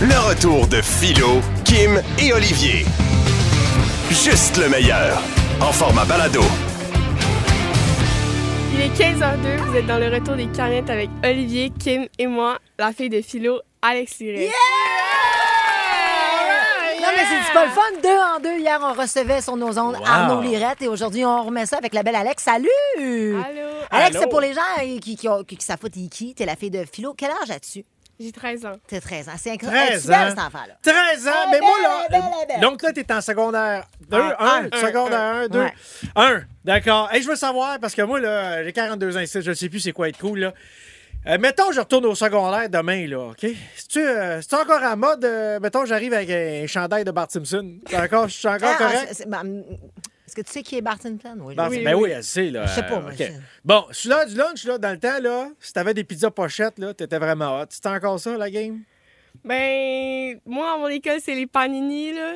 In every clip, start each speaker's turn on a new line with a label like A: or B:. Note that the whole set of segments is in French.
A: Le retour de Philo, Kim et Olivier. Juste le meilleur. En format balado.
B: Il est 15h02, vous êtes dans le retour des canettes avec Olivier, Kim et moi, la fille de Philo, Alex Liret.
C: Non, mais c'est pas le fun. Deux en deux. Hier, on recevait sur nos ondes Arnaud Lirette et aujourd'hui, on remet ça avec la belle Alex. Salut!
B: Allô?
C: Alex, c'est pour les gens euh, qui, qui, ont- qui, qui savent pas t'es qui. T'es la fille de Philo. Quel âge as-tu?
B: J'ai 13 ans.
C: T'es 13 ans. C'est incroyable.
D: 13
C: C'est belle,
D: ans.
C: cet enfant-là.
D: 13 ans, mais
C: belle,
D: moi là.
C: elle est belle, elle est belle.
D: Donc là, t'es en secondaire 2,
C: Ah,
D: 1,
C: un,
D: secondaire
C: un,
D: 1, 2,
C: ouais.
D: 1. D'accord. Et je veux savoir, parce que moi là, j'ai 42 ans ici, je ne sais plus c'est quoi être cool là. Euh, mettons, je retourne au secondaire demain, là, OK? C'est-tu encore à mode? euh, mettons, j'arrive avec un chandail de Bart Simpson. C'est Encore, je suis encore
C: Ah,
D: correct?
C: c'est- c'est- ben, hum, Est-ce que tu sais qui est Barton Plan? Oui. je
D: Bart-
C: le sais.
D: ben oui, elle sait, là.
C: Je sais pas,
D: euh,
C: moi,
D: OK.
C: je-
D: Bon, celui-là, du lunch, là, dans le temps, là, si t'avais des pizzas pochettes, là, t'étais vraiment hot. C'était encore ça, la game?
B: Ben, moi, à mon école, c'est les panini, là.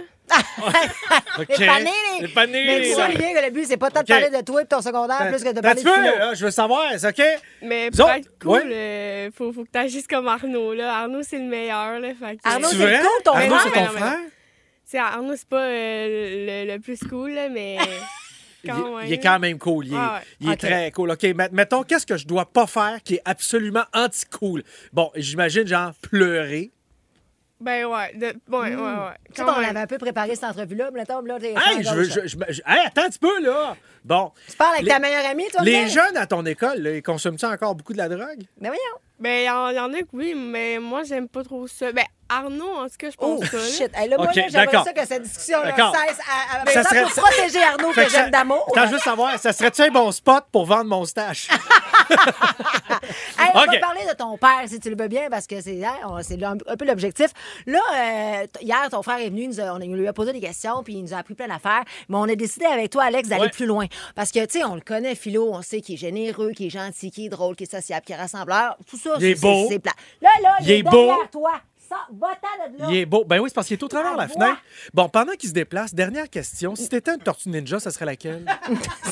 D: OK.
C: Les panini!
D: Les panini,
C: Mais tu
D: là.
C: sais bien que le but, c'est pas tant
D: OK.
C: de parler de toi et de ton secondaire plus que de
D: T'as-
C: parler de
D: t'as-tu euh, vu,
C: Philo. Ah,
D: là, je veux savoir, c'est OK?
B: Mais
D: Vous
B: pour
D: autres?
B: être cool,
D: Ouais.
B: euh, faut, faut que t'agisses comme Arnaud, là. Arnaud, c'est le meilleur, là. Fait que-
C: Arnaud,
D: Tu
C: c'est
D: veux?
C: cool, ton
D: Arnaud,
B: frère.
D: c'est ton
B: Mais non, mais
D: frère?
B: Tu sais, Arnaud, c'est pas euh, le, le plus cool, là, mais quand
D: Il,
B: même.
D: il est quand même cool. Il est,
B: Ah ouais.
D: il est
C: Ok.
D: très cool. OK, met- mettons, qu'est-ce que je dois pas faire qui est absolument anti-cool? Bon, j'imagine, genre, pleurer.
B: Ben, ouais. De... Bon, ouais, ouais, ouais.
C: Tu sais,
B: Quand
C: on
B: même.
C: avait un peu préparé cette entrevue-là, mais là, tombe, là, t'es.
D: Hey, je veux- je- je- je- hey, attends un petit peu, là! Bon.
C: Tu parles avec
D: Les-
C: ta meilleure amie, toi?
D: Les
C: Mylène?
D: jeunes à ton école, là, ils consomment-tu encore beaucoup de la drogue?
C: Ben voyons.
B: Ben, il y, en- y en a que oui, mais moi, j'aime pas trop ça. Ben, Arnaud, en tout cas, je pense
C: Oh,
B: pas. là.
C: shit. Hey, là, moi,
D: Ok,
C: là, j'aimerais
D: d'accord.
C: ça que cette discussion-là
D: D'accord.
C: cesse à, à-
D: Ça
C: ça
D: serait-
C: pour protéger Arnaud
D: Fait
C: que
D: que ça-
C: j'aime d'amour.
D: Attends, je veux savoir, ça serait-tu un bon spot pour vendre mon stache?
C: Hey, on va
D: Ok.
C: parler de ton père, si tu le veux bien, parce que c'est hein, on- c'est un un peu l'objectif. Là, euh, t- hier, ton frère est venu, il nous a- on lui a posé des questions, puis il nous a appris plein d'affaires. Mais on a décidé avec toi, Alex, d'aller
D: Ouais.
C: plus loin. Parce que, tu sais, on le connaît, Philo, on sait qu'il est généreux, qu'il est gentil, qu'il est drôle, qu'il est sociable, qu'il est rassembleur. Tout ça,
D: Il est
C: c'est-
D: beau.
C: c'est c'est plat. Là, là, il,
D: Il
C: est,
D: est beau.
C: derrière toi. Ça, va-t'en de là.
D: Il est beau. Ben oui, c'est parce qu'il est au travers
C: Ah,
D: la
C: ouais.
D: fenêtre. Bon, pendant qu'il se déplace, dernière question. Si t'étais une tortue ninja, ça serait laquelle?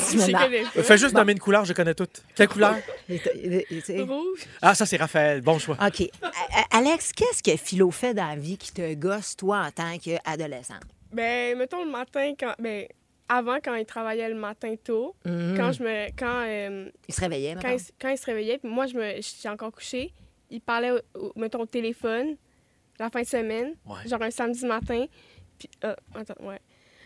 C: Tu me
B: Je
C: marres.
B: connais pas.
D: Euh, Fais juste nommer une couleur, je connais toutes. Quelle couleur?
C: Il est- il est- il est-
B: Rouge.
D: Ah, ça, c'est Raphaël. Bon choix.
C: OK. A- A- Alex, qu'est-ce que Philo fait dans la vie qui te gosse, toi, en tant qu'adolescente?
B: Ben, mettons le matin, quand, ben, avant, quand il travaillait le matin tôt,
C: Mm-hmm.
B: quand, je me, quand, euh,
C: Il se réveillait,
B: quand,
C: maintenant.
B: il, s- quand il se réveillait, puis moi, je me, j'étais encore couchée, il parlait, au- au- mettons, au téléphone, la fin de semaine,
D: Ouais.
B: genre un samedi matin, puis... ah, attends, ouais.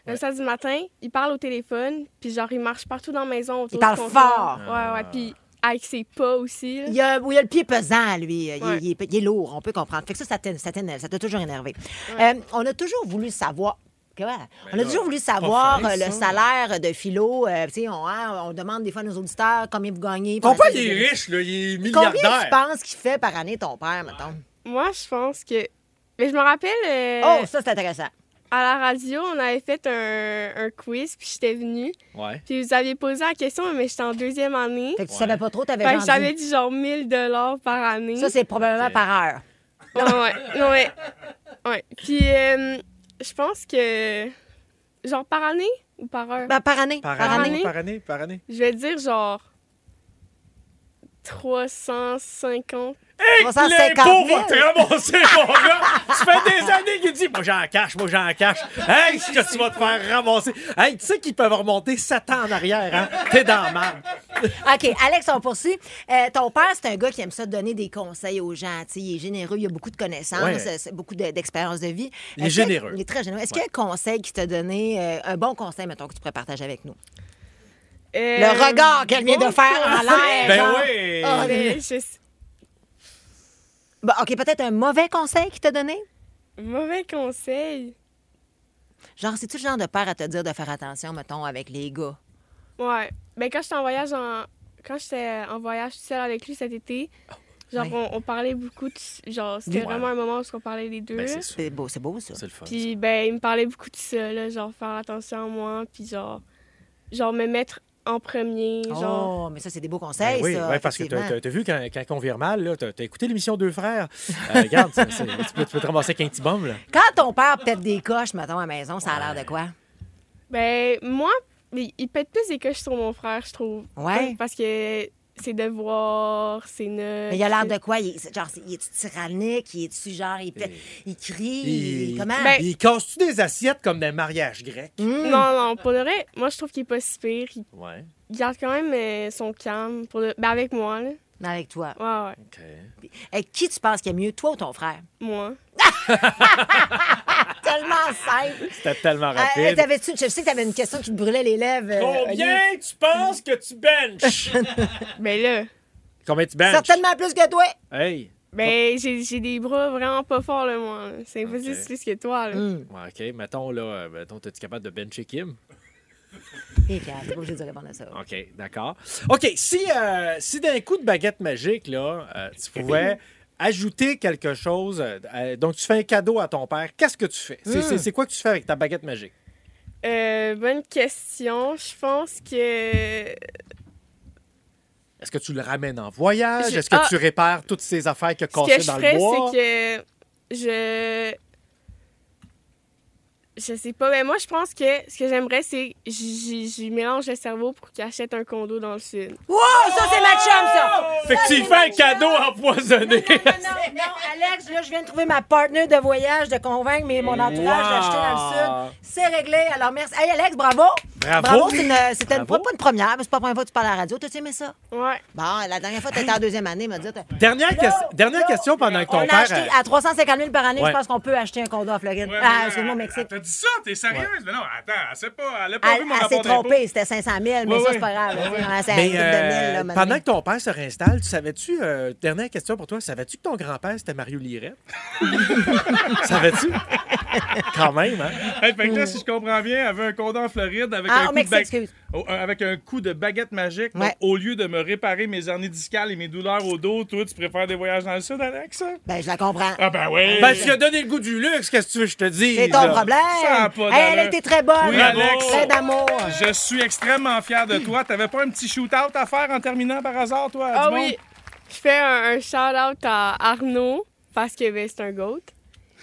B: Un samedi matin, il parle au téléphone, puis genre, il marche partout dans la maison. autour
C: Il
B: du
C: parle
B: comptoir.
C: fort. Ah.
B: Ouais, ouais, puis avec ses pas aussi, là.
C: Il a, oui, il a le pied pesant, lui. Il, est-
B: Ouais.
C: il est, il est lourd, on peut comprendre. Fait que ça, ça t'énerve, ça t'énerve, ça t'a toujours énervé. Euh, on a toujours voulu savoir. Comment?
D: Ben
C: On a toujours voulu savoir
D: fin,
C: euh, le
D: ça.
C: salaire de Philo. Euh, tu sais, on, hein, on demande des fois à nos auditeurs combien vous gagnez.
D: Ton
C: pour la
D: père, il
C: saison.
D: est riche, là. Il est
C: Combien
D: milliardaire.
C: tu penses qu'il fait par année ton père, mettons?
B: Moi, je pense que... Mais je me rappelle... euh,
C: Oh, ça, c'est intéressant.
B: à la radio, on avait fait un, un quiz, puis j'étais venue.
D: Ouais.
B: Puis vous aviez posé la question, mais j'étais en deuxième année.
C: Fait que tu savais pas trop, t'avais
B: Fait que
C: vendu.
B: j'avais dit genre 1000 dollars par année.
C: Ça, c'est probablement par heure.
B: Ouais, ouais, non, mais- ouais. Puis euh, je pense que genre par année ou par heure,
C: Ben, par année.
D: Par,
C: par
D: année,
C: année.
D: Par année, par année.
B: je vais dire genre 350.
C: 350 000.
D: L'impôt va te ramasser, mon gars! Ça fait des années qu'il dit « Moi, j'en cache, moi, j'en cache. Hey, ce que tu vas te faire ramasser. Hey, tu sais qu'ils peuvent remonter 7 ans en arrière, hein? T'es dans la merde.
C: OK, Alex, on poursuit. Euh, ton père, c'est un gars qui aime ça donner des conseils aux gens. tu sais, il est généreux, il a beaucoup de connaissances,
D: Ouais.
C: euh, c'est beaucoup de- d'expérience de vie.
D: Il est
C: Est-ce que-
D: généreux.
C: Il est très généreux. Est-ce qu'il y a un conseil qui t'a donné, euh, un bon conseil, mettons, que tu pourrais partager avec nous?
B: Euh,
C: Le regard qu'elle vient de
B: bon,
C: faire en l'air.
D: Ben
C: genre.
D: oui!
C: Ah,
B: mais je sais-
C: Bon, OK, peut-être un mauvais conseil qu'il t'a donné?
B: Mauvais conseil.
C: Genre, c'est-tu le genre de père à te dire de faire attention, mettons, avec les gars?
B: Ouais. Ben quand j'étais en voyage en quand j'étais en voyage seule avec lui cet été, Genre,
C: Ouais.
B: on, on parlait beaucoup de. Genre, c'était
E: Ouais.
B: vraiment un moment où on parlait les deux.
E: Ben,
B: là.
E: c'est ça.
C: C'est beau, c'est beau, ça.
E: C'est le fun.
B: puis, ben, il me parlait beaucoup de ça, là, genre, faire attention à moi, puis genre, genre me mettre en premier. Genre,
C: Oh, mais ça, c'est des beaux conseils,
D: Ben oui,
C: ça.
D: ouais, parce que t'as-
C: effectivement.
D: t'as t'as vu quand, quand on vire mal, là, t'as t'as écouté l'émission Deux Frères. Euh, regarde, ça, c'est- tu, peux, tu peux te ramasser avec un petit bum, là.
C: Quand on perd peut-être des coches, mettons, à la maison, ça a l'air de quoi?
B: ben, moi, il, il pète plus des coches sur mon frère, je trouve.
C: Ouais.
B: Parce que ses devoirs, ses notes.
C: Mais il a l'air de quoi? Il, est- genre, c'est- il est-tu tyrannique? Il est-tu genre, il, fait- il crie? Il... Comment?
B: Ben-
D: il casse-tu des assiettes comme des mariages grecs?
C: Hmm.
B: Non, non, pour le vrai, moi, je trouve qu'il est pas si pire. Il
E: Ouais,
B: garde quand même euh, son calme. Pour le... Ben, avec moi, là.
C: Mais Avec toi.
B: Ouais, ouais.
E: OK.
C: Avec qui tu penses qu'il y a mieux, toi ou ton frère?
B: Moi.
C: Tellement simple.
D: C'était tellement
B: Ah,
C: Euh,
D: Ah! rapide.
C: t'avais-tu- je sais que tu avais une question qui te brûlait les lèvres. euh, Oli.
D: tu penses que tu benches?
B: Ben, là.
D: Combien tu benches?
C: Certainement plus que toi.
D: Hey!
B: Ben, j'ai j'ai des bras vraiment pas forts, là, moi. là. C'est impossible
E: Ok.
B: plus que toi, là.
E: Ouais, OK. Mettons, là, euh, mettons, t'es-tu capable de bencher Kim?
C: Et Eh, Pierre, t'es pas obligé de répondre à
D: Oh!
C: ça.
E: OK,
D: D'accord. OK, si, euh, si d'un coup de baguette magique, là, euh, tu pouvais ajouter quelque chose, euh, euh, donc tu fais un cadeau à ton père, qu'est-ce que tu fais? C'est- C'est c'est quoi que tu fais avec ta baguette magique?
B: Euh, bonne question. Je pense que.
D: Est-ce que tu le ramènes en voyage?
B: Je-
D: Est-ce que
B: Ah!
D: tu répares toutes ces affaires
B: Ce
D: que
B: que
D: cassées
B: je
D: dans
B: ferais,
D: le bois?
B: c'est que. Je. Je sais pas, mais moi, je pense que ce que j'aimerais, c'est. j'y- J'y mélange le cerveau pour qu'il achète un condo dans le sud.
C: Wow, Oh, ça, c'est ma chum, ça!
D: Fait que tu fais un cadeau empoisonné!
C: Non, non, non, Alex, là, je viens de trouver ma partenaire de voyage, de convaincre mais mon entourage d'acheter dans le
D: Wow.
C: sud. C'est réglé. Alors, merci. Hey, Alex, bravo!
D: Bravo.
C: c'est une- C'était une-
D: Bravo.
C: pas une première, mais c'est pas la première fois que tu parles à la radio. T'as-tu aimé ça?
B: Ouais.
C: Bon, la dernière fois, t'étais en deuxième année, m'a dit. t'as-
D: Dernière, ques- dernière question pendant que
C: On
D: ton
C: a
D: père... euh,
C: acheté à 350 000 par année,
D: Ouais.
C: je pense qu'on peut acheter un condo en Floride.
F: euh, Ouais, mais
C: ah,
F: là,
C: excuse-moi, au
F: elle-
C: Mexique.
F: T'as dit ça? T'es sérieuse? Mais non, attends, elle sait pas. Elle a pas
C: Elle,
F: vu mon
C: elle s'est
F: rapport d'impôt.
C: trompée, c'était 500 000, mais
F: Ouais,
C: ça,
F: ouais.
C: c'est pas grave. là, tu sais, C'est
D: Mais,
C: une couple
D: euh,
C: de mille, là, maintenant.
D: pendant que ton père se réinstalle, tu savais-tu, euh, dernière question pour toi, savais-tu que ton grand-père c'était Mario Lirette? savais-tu? Quand même, hein?
F: Hey, fait que là, si je comprends bien, elle veut un condom en Floride avec,
C: Ah,
D: oh,
F: un,
C: au
F: coup de
C: Mexique,
F: bague-
C: excuse.
F: au- euh, avec un coup de baguette magique. Donc,
C: Ouais.
F: au lieu de me réparer mes hernies discales et mes douleurs au dos, toi, tu préfères des voyages dans le sud, Alex?
C: Ben, je la comprends.
F: Ah ben oui!
D: Ben, tu as donné le goût du luxe, qu'est-ce que tu veux que je te dise?
C: C'est ton
D: là?
C: problème.
F: ça a pas
C: Hey, elle a
F: d'allure.
C: été très bonne.
F: Oui, Alex.
C: Plein d'amour.
F: Je suis extrêmement fier de toi. T'avais pas un petit shoot-out à faire en terminant par hasard, toi?
B: Ah
F: du monde?
B: oui! Je fais un, un shout-out à Arnaud, parce que ben, c'est un GOAT.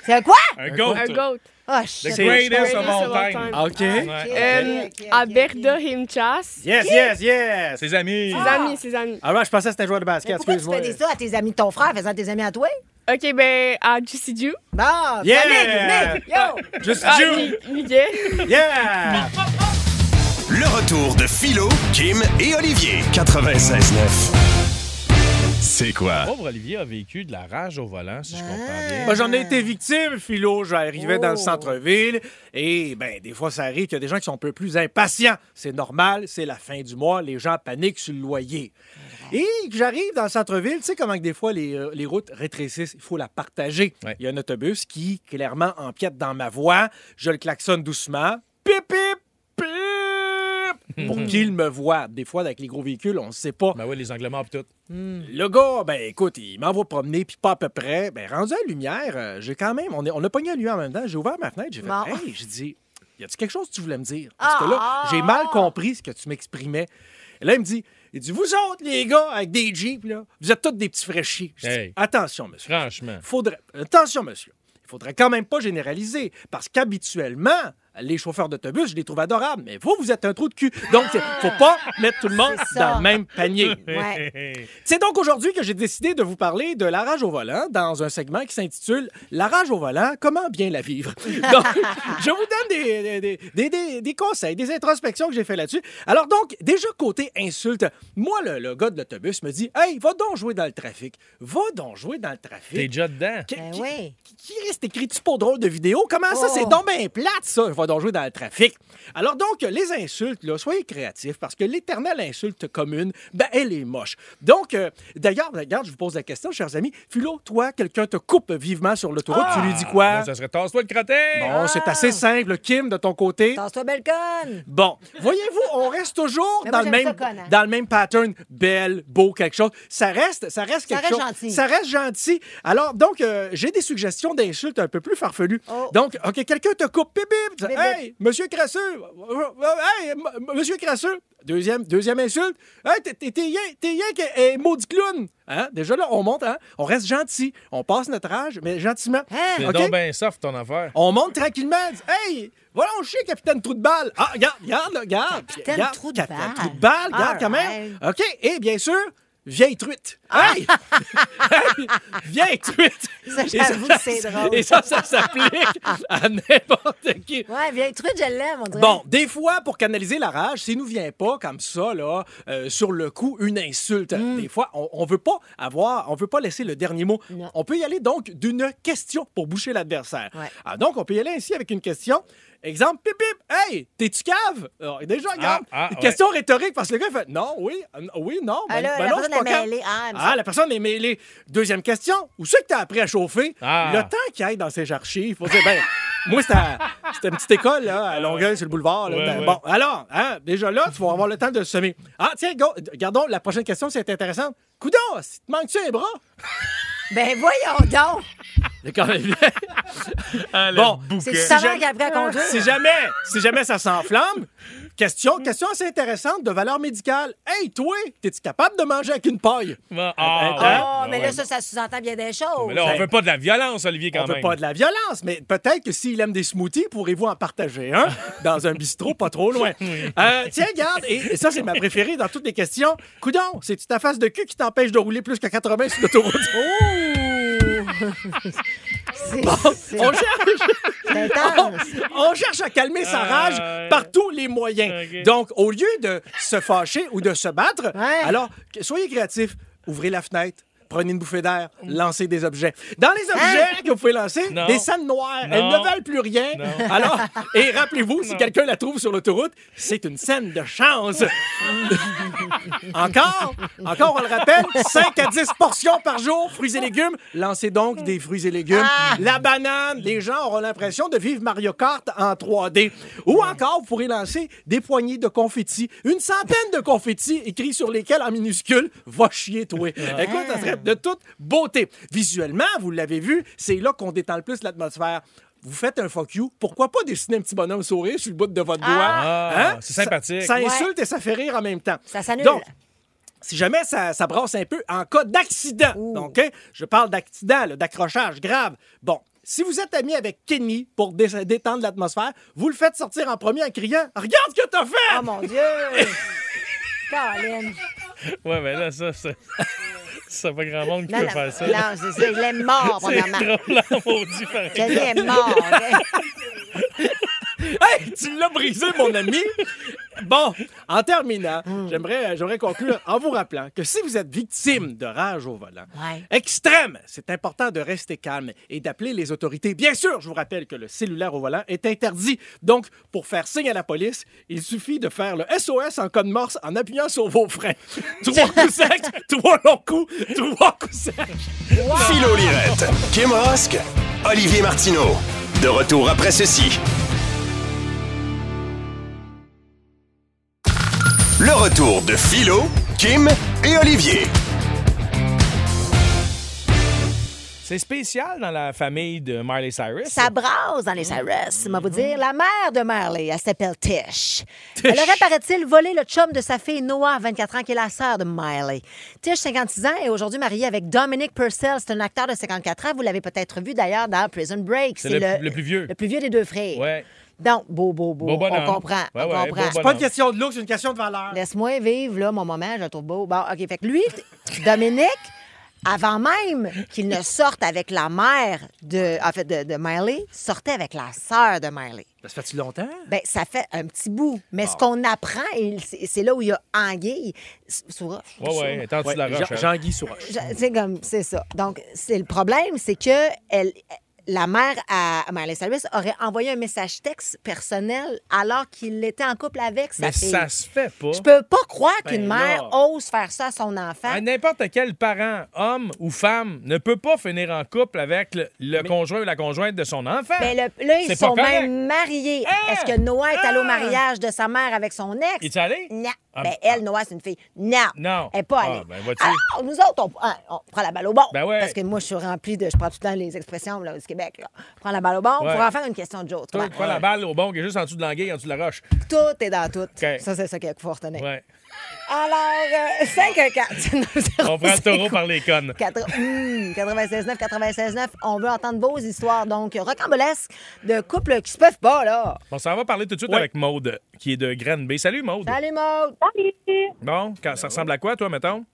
C: C'est un quoi?
F: Un goat!
B: Un GOAT.
C: Oh, shit.
F: The greatest of
B: Greatest
F: all
B: of all
F: time.
B: time.
D: Ah, OK.
F: Ouais.
B: Euh, à
D: Ah, ben,
B: Berda Himchas.
D: Yes, yes, yes!
F: Ses amis!
B: Ses amis, ses amis.
D: Alors, je pensais que c'était un joueur de basket,
C: Pourquoi tu
D: excuse-moi.
C: fais des ça à tes amis de ton frère, faisant tes amis à toi?
B: Ok, ben, à Juicy Ju.
C: Bon,
D: Yeah!
C: Nick, Nick, yo!
D: Just
B: Ah,
D: you!
B: Mi- Miguel.
C: Ah,
D: Yeah!
G: Le retour de Philo, Kim et Olivier. 96.9. C'est quoi?
H: pauvre Olivier a vécu de la rage au volant, si je comprends bien.
D: Moi, j'en ai été victime, Philo. J'arrivais dans le
C: Oh.
D: centre-ville et, ben, des fois, ça arrive qu'il y a des gens qui sont un peu plus impatients. C'est normal, c'est la fin du mois, les gens paniquent sur le loyer. Et que j'arrive dans le centre-ville, tu sais comment que des fois les, euh, les routes rétrécissent, il faut la partager.
H: Ouais.
D: Il y a un autobus qui, clairement, empiète dans ma voie. Je le klaxonne doucement. Pip, pip, pip! Pour qu'il me voie. Des fois, avec les gros véhicules, on ne sait pas.
H: Ben oui, les anglements pis tout.
D: Le gars, ben écoute, il m'envoie promener, puis pas à peu près. Ben rendu à la lumière, euh, j'ai quand même. On, est, on a pogné à lui en même temps. J'ai ouvert ma fenêtre, j'ai fait.
C: Bon.
D: Hey, j'ai dit, y a-tu quelque chose que tu voulais me dire? Parce que
C: Ah,
D: là,
C: ah,
D: j'ai mal
C: ah.
D: compris ce que tu m'exprimais. Et là, il me dit, il dit, vous autres, les gars, avec des jeeps, là, vous êtes tous des petits fraîchis. J'ai dit,
H: Hey.
D: attention, monsieur.
H: Franchement.
D: Faudrait... Attention, monsieur. Il faudrait quand même pas généraliser, parce qu'habituellement, les chauffeurs d'autobus, je les trouve adorables, mais vous, vous êtes un trou de cul. Donc, faut pas mettre tout le monde
C: C'est ça.
D: dans le même panier.
C: Ouais.
D: C'est donc aujourd'hui que j'ai décidé de vous parler de la rage au volant dans un segment qui s'intitule La rage au volant, comment bien la vivre. Donc, je vous donne des, des, des- des- des conseils, des introspections que j'ai fait là-dessus. Alors donc, déjà côté insulte, moi, le, le gars de l'autobus me dit Hey, va donc jouer dans le trafic. Va donc jouer dans le
H: T'es
D: trafic.
H: déjà dedans.
D: Qui-
C: Ben
D: qui-
C: oui.
D: qui reste écrit-tu pour drôle de vidéo? Comment ça,
C: Oh.
D: c'est donc bien plate, ça? Va va donc jouer dans le trafic. Alors donc, les insultes, là, soyez créatifs, parce que l'éternelle insulte commune, ben, elle est moche. Donc, euh, d'ailleurs, regarde, je vous pose la question, chers amis. Philo, toi, quelqu'un te coupe vivement sur l'autoroute, tu lui dis quoi?
F: Non, ça serait tasse-toi le crottin!
D: Bon, c'est
C: Ah.
D: assez simple. Kim, de ton côté.
C: Tasse-toi, belle conne!
D: Bon, voyez-vous, on reste toujours
C: Mais
D: dans,
C: moi,
D: le
C: j'aime
D: même,
C: ça, conne, hein.
D: dans le même pattern. Belle, beau, quelque chose. Ça reste, ça
C: Ça
D: reste quelque
C: reste
D: chose.
C: gentil.
D: Ça reste gentil. Alors, donc, euh, j'ai des suggestions d'insultes un peu plus farfelues.
C: Oh.
D: Donc, OK, quelqu'un te coupe. Bip, bip.
C: Bip, bip.
D: Hey, monsieur Crasseux. Hey, m- m- monsieur Crasseux. Deuxième, deuxième insulte. Hey, t'es- t'es t'es rien, t'es rien que eh, maudit clown. Hein? Déjà là, on monte, hein? On reste gentil. On passe notre âge, mais gentiment.
C: Hein?
F: C'est
D: OK?
F: donc bien soft, ton affaire.
D: On monte tranquillement. elle dit, hey, voilà, on chie, capitaine trou de balle. Ah, regarde, regarde, là, regarde.
C: Capitaine
D: Regarde,
C: Trou de
D: capitaine
C: Balle. Ah,
D: trou de balle, regarde
C: All
D: quand même. OK, et bien sûr, vieille truite. Hey! Hey! vieille truite.
C: Ah. Ça,
D: Et
C: j'avoue que c'est drôle.
D: Et ça, ça s'applique à n'importe qui.
C: Ouais, vieille truite, je l'aime, on dirait.
D: Bon, des fois, pour canaliser la rage, s'il nous vient pas comme ça, là, euh, sur le coup, une insulte.
C: Mm.
D: Des fois, on, on veut pas avoir, on veut pas laisser le dernier mot.
C: Non.
D: On peut y aller donc d'une question pour boucher l'adversaire.
C: Ouais.
D: Ah, donc, on peut y aller ainsi avec une question. Exemple, pip, pip, hey, t'es-tu cave? Alors, déjà, regarde,
F: ah,
D: une
F: ouais.
D: question rhétorique, parce que le gars il fait non, oui, euh, oui, non.
C: Ah, là, la
D: non, je suis
C: personne
D: pas
C: est
D: cave.
C: mêlée. Ah, elle me
D: Ah, la personne est mêlée. Deuxième question, où c'est que t'as appris à chauffer?
F: Ah.
D: Le temps qu'il aille dans ses archives pour dire, ben, moi, c'était à- c'était une petite école, là, à Longueuil, sur le boulevard. là.
F: Ouais,
D: Ben,
F: ouais.
D: Bon, alors, hein, déjà là, tu vas avoir le temps de semer. Ah, tiens, go, gardons, la prochaine question, c'est intéressant. Coudon, si te manques-tu un bras?
C: Ben voyons donc!
D: C'est quand même
I: bon.
F: Ah,
D: bon,
C: C'est le savant
D: jamais-
C: qui a appris à conduire.
D: si jamais, si jamais ça s'enflamme, question, question assez intéressante de valeur médicale. Hey, toi, t'es-tu capable de manger avec une paille?
F: Ah,
D: Ah,
F: ouais.
C: Oh, mais là,
F: ouais.
C: ça, ça sous-entend bien des choses.
F: Mais là, on veut pas de la violence, Olivier, quand
D: On veut
F: même.
D: pas de la violence, mais peut-être que s'il aime des smoothies, pourrez-vous en partager un dans un bistrot pas trop loin. Euh, tiens, regarde, et, et ça, c'est ma préférée dans toutes les questions. Coudon, c'est-tu ta face de cul qui t'empêche de rouler plus que 80 sur l'autoroute?
C: C'est c'est-
D: on, cherche,
C: c'est intense.
D: on cherche à calmer
F: Ah,
D: sa rage par tous les moyens.
I: ok.
D: Donc, au lieu de se fâcher ou de se battre,
C: Ouais.
D: alors, que- soyez créatifs, ouvrez la fenêtre. Prenez une bouffée d'air, lancez des objets. Dans les objets que vous pouvez lancer,
F: Non.
D: des scènes noires, elles
F: Non.
D: ne valent plus rien. Alors, et rappelez-vous, si quelqu'un la trouve sur l'autoroute, c'est une scène de chance. encore, encore, on le rappelle, 5 à 10 portions par jour, fruits et légumes. Lancez donc des fruits et légumes.
F: Ah!
D: La banane, les gens auront l'impression de vivre Mario Kart en 3D. Ou encore, vous pourrez lancer des poignées de confettis, une centaine de confettis écrits sur lesquels en minuscule, va chier, toi. Écoute, ça serait de toute beauté. Visuellement, vous l'avez vu, c'est là qu'on détend le plus l'atmosphère. Vous faites un fuck you, pourquoi pas dessiner un petit bonhomme sourire sur le bout de votre doigt?
F: Ah, c'est
D: Ça-
F: sympathique.
D: Ça, insulte et ça fait rire en même temps.
C: Ça s'annule.
D: Donc, si jamais ça, ça brasse un peu en cas d'accident. Donc, hein, je parle d'accident, là, d'accrochage grave. Bon, si vous êtes ami avec Kenny pour dé- détendre l'atmosphère, vous le faites sortir en premier en criant Regarde ce que t'as fait!
C: Oh mon Dieu! Caroline.
F: Ouais, mais là, ça, ça. Ça pas grand monde qui
C: Non,
F: peut
C: non,
F: faire ça.
C: non, c'est ça. Il est mort, premièrement.
F: Drôle, hein, maudit, pareil.
C: Il est mort. ok?
D: Hey, tu l'as brisé, mon ami! Bon, en terminant, j'aimerais, j'aimerais conclure en vous rappelant que si vous êtes victime de rage au volant,
C: Ouais.
D: extrême, c'est important de rester calme et d'appeler les autorités. Bien sûr, je vous rappelle que le cellulaire au volant est interdit. Donc, pour faire signe à la police, il suffit de faire le SOS en code morse en appuyant sur vos freins. Trois coups secs, trois longs coups, trois coups secs.
G: Philo Lirette, Kim Rosk, Olivier Martineau. De retour après ceci. Le retour de Philo, Kim et Olivier.
F: C'est spécial dans la famille de Miley Cyrus.
C: Ça brasse dans les
F: Mm-hmm.
C: Cyrus, on vous dire. La mère de Marley, elle s'appelle Tish. Elle aurait, paraît-il, volé le chum de sa fille Noah, 24 ans, qui est la sœur de Marley. Tish, 56 ans, est aujourd'hui mariée avec Dominic Purcell. C'est un acteur de 54 ans. Vous l'avez peut-être vu d'ailleurs dans Prison Break.
F: C'est le- le plus vieux.
C: Le plus vieux des deux frères.
F: Ouais.
C: Donc, beau, beau, beau.
F: Beau bonhomme.
C: on comprend.
F: Ouais,
C: on
F: ouais, beau
C: comprend.
F: bonhomme.
D: Pas une question de look, c'est une question de valeur.
C: Laisse-moi vivre, là, mon moment, je le trouve beau. Bon, OK, fait que lui, t- Dominique, avant même qu'il ne sorte avec la mère de, en fait, de, de Miley, sortait avec la sœur de Miley.
D: Ça fait longtemps?
C: Ben, ça fait un petit bout. Mais
F: Ah.
C: ce qu'on apprend, et c'est c'est là où il y a anguille, s- Soura.
F: Ouais, ouais, attends, tu la roche.
D: Jean-
F: hein.
D: Jean-Guy Sourache.
C: Je- C'est comme, c'est ça. Donc, c'est le problème, c'est que elle, la mère à Miley Cyrus aurait envoyé un message texte personnel alors qu'il était en couple avec sa
F: Mais
C: fille.
F: ça se fait pas.
C: Je peux pas croire qu'une
F: Ben
C: mère
F: là. Ben
C: ose faire ça à son enfant.
F: À Ah, N'importe quel parent, homme ou femme, ne peut pas finir en couple avec le, le conjoint ou la conjointe de son enfant.
C: Mais Ben le- là, ils
F: C'est pas
C: sont
F: correct.
C: même mariés.
F: Hein?
C: Est-ce que Noah est allé au
F: Hein?
C: mariage de sa mère avec son ex?
F: Il est allé?
C: Non.
F: Ah,
C: Ben, elle, Noah, c'est une fille. Non.
F: Non.
C: Elle n'est pas
F: Ah,
C: allée.
F: ben, vois-tu.
C: Alors, nous autres, on, hein, on prend la balle au bon.
F: Ben ouais.
C: Parce que moi, je suis remplie de. Je prends tout le temps les expressions là, du Québec. Là. Prends la balle au bon
F: Ouais.
C: pour en faire une question de joke.
F: Toi, tu prends la balle au bon qui est juste en dessous de l'anguille, en dessous de la roche.
C: Tout est dans tout.
F: OK.
C: Ça, c'est ça qu'il faut retenir.
F: Ouais.
C: Alors, euh, 5 à 4.
F: On prend le taureau par les connes.
C: hmm, 96.9, 96.9. On veut entendre beaux histoires, donc rocambolesques, de couples qui se peuvent pas, là.
F: Bon, ça va parler tout de suite
J: Ouais.
F: avec Maude, qui est de Granby. Salut, Maude.
C: Salut, Maud!
F: Bon, quand, ça ressemble à quoi, toi, mettons?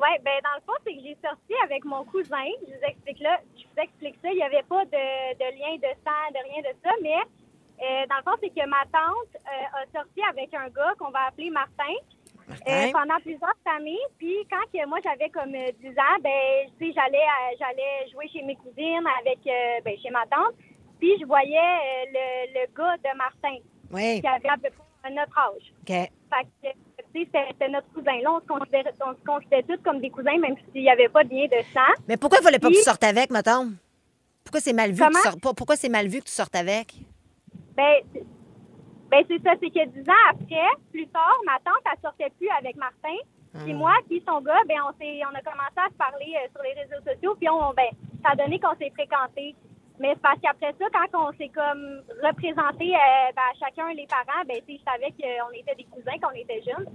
K: Ouais, ben dans le fond, c'est que j'ai sorti avec mon cousin. Je vous explique là, je vous explique ça. Il n'y avait pas de, de lien de sang, de rien de ça, mais euh, dans le fond, c'est que ma tante euh, a sorti avec un gars qu'on va appeler Martin.
C: Martin.
K: euh, pendant plusieurs années, puis quand que moi j'avais comme euh, 10 ans, ben tu sais j'allais à- j'allais jouer chez mes cousines avec euh, ben, chez ma tante, puis je voyais euh, le, le gars de Martin
C: Oui.
K: qui avait à peu près notre âge.
C: OK.
K: Fait que, tu sais, c'était- c'était notre cousin. Là, on se considérait, on se considérait tous comme des cousins, même s'il n'y avait pas de lien de sang.
C: Mais pourquoi il fallait pas que
K: Oui.
C: tu sortes avec, mettons? Pourquoi c'est mal vu que
K: Comment?
C: tu sortes pas? Pourquoi c'est mal vu que tu sortes avec?
K: Ben, c'est- ben c'est ça. C'est que dix ans après, plus tard, ma tante, elle sortait plus avec Martin.
C: Ah. Hum.
K: Puis moi, puis son gars, ben, on, s'est- on a commencé à se parler euh, sur les réseaux sociaux. Puis on, ben, ça a donné qu'on s'est fréquentés. Mais c'est parce qu'après ça, quand on s'est comme représenté euh, ben, à chacun les parents, ben, tu sais, je savais qu'on était des cousins, qu'on était jeunes.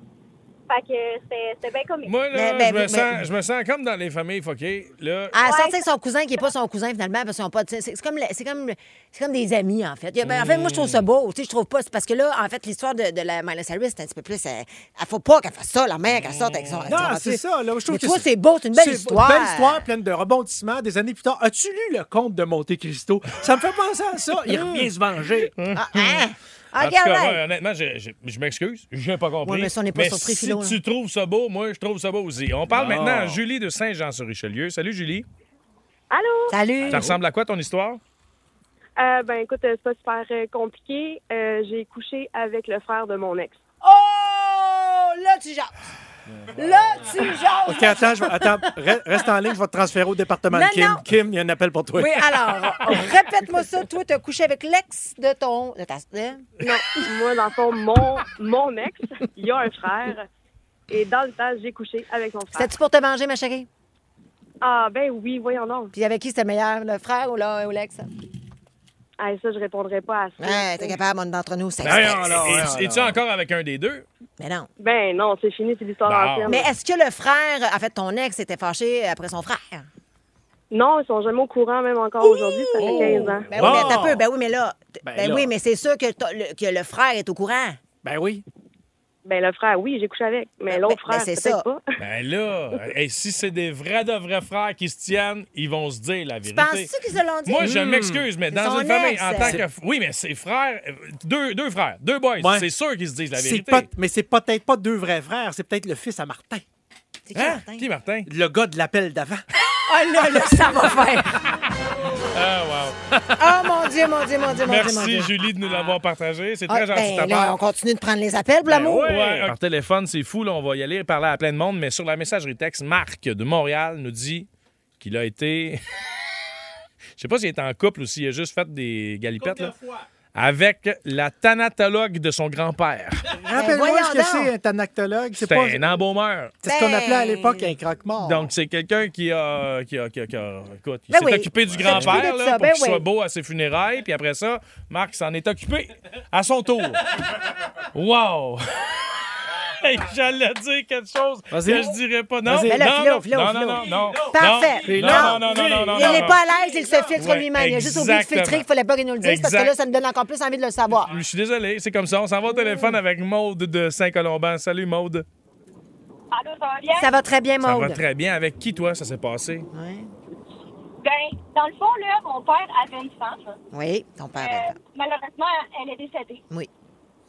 K: Fait que c'était c'était bien comique.
F: Moi, là,
C: Mais-
F: je, me
C: mais-
F: sens,
C: mais-
F: je me sens comme dans les familles fuckées. Là,
C: À
K: Ouais.
C: Ah, sortir avec son cousin qui n'est pas son cousin, finalement, parce qu'ils ont pas. de- C'est c'est comme, le- c'est comme, c'est comme des amis, en fait. Il y a- ben, en fait, moi, je trouve ça beau. Tu sais, je trouve pas. C'est parce que là, en fait, l'histoire de, de la Miley Cyrus, c'est un petit peu plus. Elle, elle faut pas qu'elle fasse ça, la mère, qu'elle sorte avec son.
D: Non,
C: son-
D: c'est ça. Là, je trouve
C: Mais
D: que
C: toi, c'est beau, c'est une belle histoire.
D: Une belle histoire pleine de rebondissements des années plus tard. As-tu lu le conte de Monte Cristo? Ça me fait penser à ça. Il revient se venger.
C: Ah, hein?
F: Hmm.
C: OK,
F: en tout cas,
C: all right.
F: ouais, honnêtement, je, je- je m'excuse, je n'ai pas compris.
C: Ouais, mais ça, on n'est pas surpris,
F: si
C: Philo, hein.
F: tu trouves ça beau, moi, je trouve ça beau aussi. On parle maintenant à Julie de Saint-Jean-sur-Richelieu. Salut, Julie.
K: Allô?
C: Salut.
F: Ça ressemble à quoi, ton histoire?
L: Euh, ben écoute, euh, c'est pas super euh, compliqué. Euh, j'ai couché avec le frère de mon ex.
C: Oh! Là, tu jases. Là, tu jases.
D: OK, attends, je vais- attends, re- reste en ligne, je vais te transférer au département
C: Non,
D: de Kim.
C: non.
D: Kim, il y a un appel pour toi.
C: Oui, alors, répète-moi ça. Toi, t'as couché avec l'ex de ton. De ta... hein?
L: Non, moi, dans le fond, mon, mon ex, il a un frère. Et dans le temps, j'ai couché avec mon frère.
C: C'était-tu pour te manger, ma chérie?
L: Ah ben oui, voyons donc.
C: Puis avec qui c'était meilleur, le frère ou, la- ou l'ex?
L: Ah, ça, je répondrais pas à ça.
C: Ouais, t'es capable, on est entre nous, ça
F: D'ailleurs,
C: existe.
F: et- et- Es-tu encore avec un des deux?
C: Mais non.
L: Ben non, c'est fini, c'est l'histoire
F: Bon.
L: ancienne.
C: Mais est-ce que le frère, en fait, ton ex était fâché après son frère?
L: Non, ils sont jamais au courant, même encore aujourd'hui, ça fait 15 ans.
C: Ben
D: Bon.
C: oui, mais t'as peu. Ben oui, mais là. t- Ben,
D: Ben là.
C: oui, mais c'est sûr que, t'as- le, que le frère est au courant.
D: Ben oui.
L: Ben le frère, oui, j'ai couché avec. Mais
C: Ben,
L: l'autre
C: ben,
L: frère,
C: ben, c'est
L: peut-être
C: ça.
L: pas.
F: Ben là, et si c'est des vrais de vrais frères qui se tiennent, ils vont se dire la vérité.
C: Penses-tu qu'ils se l'ont dit?
F: Moi, je m'excuse, mais
C: C'est
F: dans
C: son
F: une famille,
C: ex.
F: en tant que. Oui, mais c'est frères. euh, Deux, deux frères, deux boys.
D: Ouais.
F: C'est sûr qu'ils se disent la
D: C'est
F: vérité.
D: pas, mais c'est peut-être pas deux vrais frères, c'est peut-être le fils à Martin.
C: C'est qui,
F: Hein?
C: Martin?
F: Qui, Martin?
D: Le gars de l'appel d'avant.
C: Oh là, là, ça va faire.
F: Ah, wow.
C: Oh mon Dieu, mon Dieu, mon Dieu, mon Dieu, mon Dieu.
F: Merci, Julie, de nous l'avoir partagé. C'est très
C: Ah,
F: gentil de ta
C: ben, là, on
F: part.
C: continue de prendre les appels, pour l'amour.
F: Ouais, ouais, Par téléphone, c'est fou. Là, on va y aller parler à plein de monde. Mais sur la messagerie texte, Marc de Montréal nous dit qu'il a été. Je sais pas s'il est en couple ou s'il a juste fait des galipettes. là. Avec la thanatologue de son grand-père.
D: Rappelle-moi
C: Ben voyons
D: ce que
C: donc.
D: c'est un tanactologue. C'est
F: C'est
D: pas.
F: un embaumeur.
D: C'est ce qu'on
C: Ben.
D: appelait à l'époque un croque-mort.
F: Donc, c'est quelqu'un qui a. Qui a, qui a- qui a- écoute, il
C: Ben
F: s'est
C: oui.
F: occupé du
C: Il s'est occupé
F: grand-père
C: de
F: là,
C: ça,
F: pour
C: ben
F: qu'il soit
C: oui.
F: beau à ses funérailles. Puis après ça, Marc s'en est occupé à son tour. Wow! Hey, J'allais dire quelque chose que
D: Vas-y.
F: je dirais pas. Non,
D: Vas-y.
C: Mais là,
F: non,
C: Philo,
F: non,
C: Philo,
F: non,
C: Philo.
F: non, non, non.
C: Parfait.
F: Non, non,
C: Non.
F: non, non, non, non,
C: il
F: non,
C: n'est
F: non.
C: pas à l'aise, il se filtre
F: Ouais,
C: lui-même. Il a juste oublié de
F: exactement.
C: filtrer, il fallait pas qu'il nous le dise parce
F: Exact.
C: que là, ça me donne encore plus envie de le savoir.
F: Je suis désolé, c'est comme ça. On s'en va au téléphone avec Maude de Saint-Colomban. Salut, Maude.
K: Allô, ça va bien?
C: Ça va très bien,
F: Ça va
C: Maude.
F: très bien. Avec qui, toi, ça s'est passé?
C: Ouais.
K: Ben, dans le fond, là, mon père avait une femme.
C: Oui, ton père.
K: Euh,
C: est-
K: malheureusement, elle est décédée.
C: Ah, ben, Oui.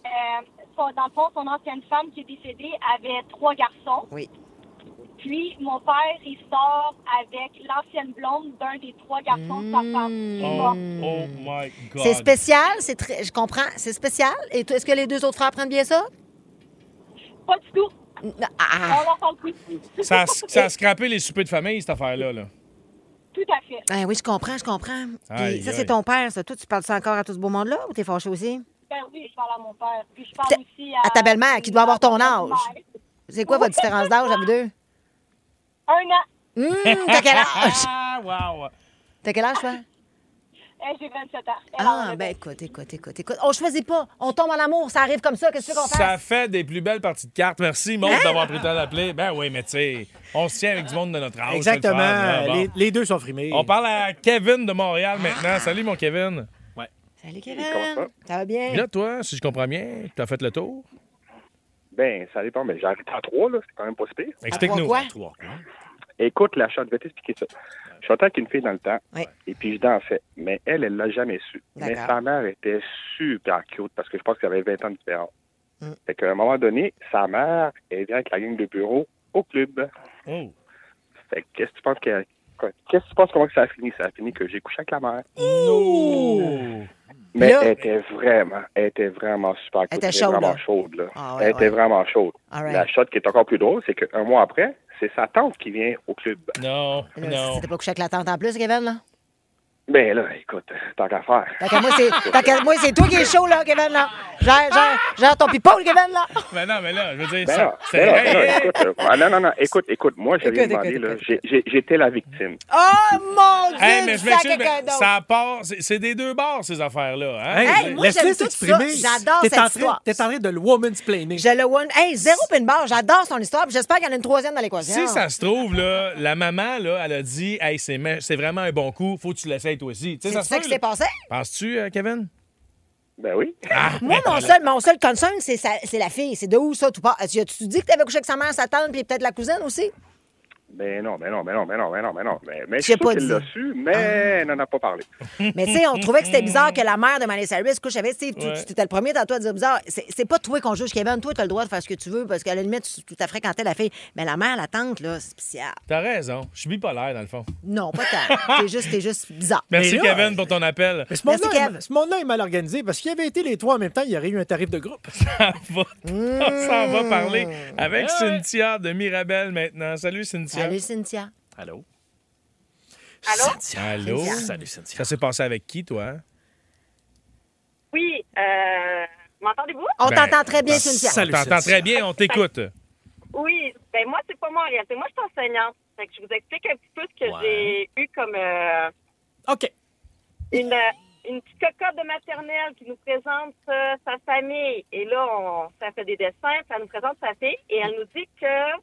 K: Euh, son- dans le fond, son ancienne femme qui est décédée avait trois garçons.
C: Oui.
K: Puis, mon père, il sort avec l'ancienne blonde d'un des trois garçons de sa
C: Mmh.
K: femme.
I: Oh, oh my God.
C: Hmm. C'est spécial, c'est très- je comprends, c'est spécial. Et toi, est-ce que les deux autres frères prennent bien ça?
K: Pas du tout.
C: Ah.
K: On leur parle plus.
F: Ça a, ça a scrappé les soupers de famille, cette affaire-là. Là.
K: Tout à fait.
C: Ah oui, je comprends, je comprends. Puis
F: Aïe,
C: ça,
F: aïe.
C: c'est ton père, ça. Toi, tu parles ça encore à tout ce beau monde-là ou t'es fâché aussi?
K: Ben oui, je parle à mon père. Puis, je parle
C: T'es-
K: aussi à...
C: À ta belle-mère qui doit avoir ton âge.
K: Ouais.
C: C'est quoi votre différence d'âge à vous deux?
K: Un an.
C: Hum, t'as quel âge?
I: Ah, wow.
C: T'as quel âge, toi?
K: Eh, J'ai 27 ans. Elle en
C: Ah,
K: a
C: ben écoute, écoute, écoute, écoute. On choisit pas. On tombe en amour, ça arrive comme ça. Qu'est-ce que tu veux qu'on
F: Ça
C: fasse?
F: fait des plus belles parties de cartes. Merci, Maud, d'avoir pris le temps d'appeler. Ben oui, mais tu sais, on se tient avec du monde de notre âge. c'est le fun,
D: Exactement.
F: là. Bon.
D: les, les deux sont frimés.
F: On parle à Kevin de Montréal maintenant. Salut, mon Kevin.
C: Salut, Kevin. Ça va bien?
F: Là, toi, si je comprends bien, tu as fait le tour.
M: Ben, ça dépend, mais j'arrive à trois, là, c'est quand même pas si pire.
F: Explique-nous.
C: Trois quoi?
M: Écoute, la chante, je vais t'expliquer ça. Je suis en avec une fille dans le temps,
C: Oui.
M: et puis je dansais, mais elle, elle l'a jamais su. Mais
C: D'accord.
M: sa mère était super cute, parce que je pense qu'elle avait 20 ans de différence.
C: Mm.
M: Fait qu'à un moment donné, sa mère, elle vient avec la gang de bureau au club.
F: Oh.
M: Fait que qu'est-ce que tu penses qu'elle- Qu'est-ce que tu penses comment que ça a fini? Ça a fini que j'ai couché avec la mère. Mais
C: Là-
M: elle était vraiment, elle était vraiment super cute.
C: Elle était chaude,
M: vraiment
C: là.
M: chaude, là.
C: Ah ouais,
M: elle était
C: ouais.
M: vraiment chaude.
C: All right.
M: La shot qui est encore plus drôle, c'est qu'un mois après, c'est sa tante qui vient au club.
F: Non,
C: Là,
F: non.
C: C'était pas couché avec la tante en plus, Kevin, là?
M: Ben là, écoute, tant qu'à faire.
C: Fait que moi, c'est, fait que moi, c'est toi qui es chaud, là, Kevin, là. Gère, gère, gère ton pipeau, Kevin, là.
F: Mais non, mais là, je veux dire,
M: Ben
F: ça.
M: non,
F: c'est-
M: ben non, ben
F: Hey,
M: non,
F: hey, hey.
M: écoute, euh, ah, non, non, non, écoute, écoute, moi, je
C: Écoute,
M: lui demandé,
C: écoute,
M: là,
C: écoute,
M: j'ai- j'ai- j'étais la victime.
C: Oh, mon Dieu,
F: Hey, mais
C: tu
F: je
C: sens
F: m'excuse,
C: quelqu'un
F: mais
C: d'autre.
F: ça part. C'est c'est des deux bords, ces affaires-là. hein?
D: Hey,
F: Je veux
C: Hey,
F: dire-
C: moi, j'aime
D: Laisse-les
C: tout ça.
D: s'exprimer.
C: J'adore
D: T'es
C: cette
D: en train-
C: histoire.
D: T'es en train de le woman's planning.
C: Je le one. Hey, zéro pinball. J'adore son histoire. puis J'espère qu'il y en a une troisième dans l'équation.
F: Si ça se trouve, là, la maman, là, elle a dit Hey, c'est ma- c'est vraiment un bon coup, faut que tu l'essayes toi aussi. Tu sais,
C: c'est ça,
F: se peut,
C: qui
F: là.
C: s'est passé?
F: Penses-tu, euh, Kevin?
M: Ben oui.
C: Moi, mon seul, mon seul concern, c'est, sa- c'est la fille. C'est de où ça, tout part? Tu as-tu dit que t'avais couché avec sa mère, sa tante, puis peut-être la cousine aussi?
M: Ben non, ben non, ben non, ben non, ben non, ben non. Ben, mais je
C: J'ai
M: suis
C: pas
M: sûr qu'il
C: dit.
M: l'a su, mais elle n'en a pas parlé.
C: Mais tu sais, on trouvait que c'était bizarre que la mère de Miley Cyrus couche avec Steve. Tu-
F: Ouais.
C: Tu étais le premier tantôt à dire bizarre. C'est c'est pas toi qu'on juge, Kevin. Toi, t'as le droit de faire ce que tu veux parce qu'à la limite, tu- tu t'as fréquenté la fille. Mais la mère, la tante, là, c'est spécial.
F: T'as raison, je suis bipolaire, dans le fond.
C: Non, pas tant. t'es juste, t'es juste bizarre.
F: Merci,
D: Mais là,
F: Kevin, pour ton appel.
D: Mais ce monde-là
C: Merci,
D: est
C: Kev.
D: ma- ce monde-là est mal organisé parce qu'il avait été les trois en même temps, il y aurait eu un tarif de groupe.
F: Va- On s'en va parler
D: Ah,
F: avec Cynthia de Mirabel maintenant. Salut, Cynthia.
C: Salut, Cynthia.
D: Allô?
L: Allô?
F: Allô?
D: Salut, Cynthia.
F: Ça s'est passé avec qui, toi? hein?
L: Oui, euh, m'entendez-vous?
C: On
F: Ben,
C: t'entend très bien, Cynthia.
D: Salut,
F: On t'entend
D: Cynthia.
F: très bien, on t'écoute.
L: Oui, ben moi, c'est pas moi en réalité. Moi, je suis enseignante. Fait que je vous explique un petit peu ce que
D: Ouais.
L: j'ai eu comme euh,
D: OK.
L: une, euh, une petite cocotte de maternelle qui nous présente euh, sa famille. Et là, on, ça fait des dessins, ça nous présente sa fille. Et elle nous dit que,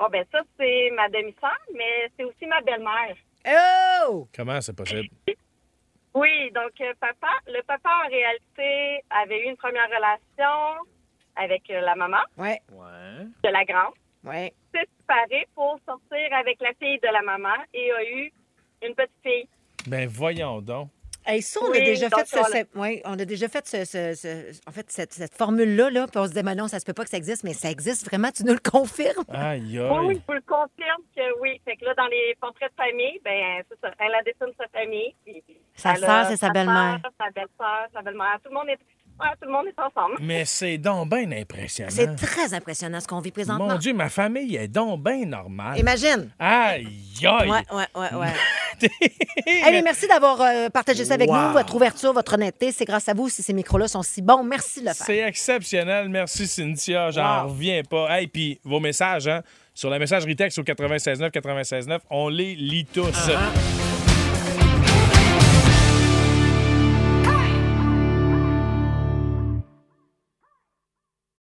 L: oh ben ça, c'est ma demi-sœur, mais c'est aussi ma belle-mère.
C: Oh!
F: Comment c'est possible?
L: Oui, donc euh, papa, le papa en réalité avait eu une première relation avec euh, la maman
C: Ouais,
D: Ouais.
L: de la grande.
C: ouais.
L: s'est séparé pour sortir avec la fille de la maman et a eu une petite fille.
F: Ben voyons donc.
C: Hey, ça, on,
L: Oui,
C: a déjà
L: donc
C: fait ce,
L: on a-
C: ce- ouais, on a déjà fait ce, ce- ce- en fait, cette, cette formule-là, là, puis on se dit, mais non, ça se peut pas que ça existe, mais ça existe vraiment, tu nous le confirmes.
F: Aïe,
L: Oui, oui,
F: aïe.
L: je vous le confirme que oui. Fait que là, dans les portraits de famille, ben c'est ça. Elle a dessiné sa famille. puis
C: Sa
L: elle a
C: sœur, c'est sa
L: sœur,
C: belle-mère.
L: Sa belle-sœur, sa belle-mère. Tout le monde est, ouais, tout le monde est ensemble.
F: Mais c'est donc bien impressionnant.
C: C'est très impressionnant ce qu'on vit présentement.
F: Mon Dieu, ma famille est donc bien normale.
C: Imagine.
F: Aïe, aïe.
C: Ouais, ouais, ouais, ouais. Hey, mais merci d'avoir euh, partagé ça avec
D: Wow.
C: nous, votre ouverture, votre honnêteté. C'est grâce à vous si ces micros-là sont si bons. Merci de le faire.
F: C'est exceptionnel. Merci, Cynthia. J'en
C: Wow.
F: reviens pas. Hey, puis vos messages, hein, sur la messagerie texte au 96.9, 96.9, on les lit tous.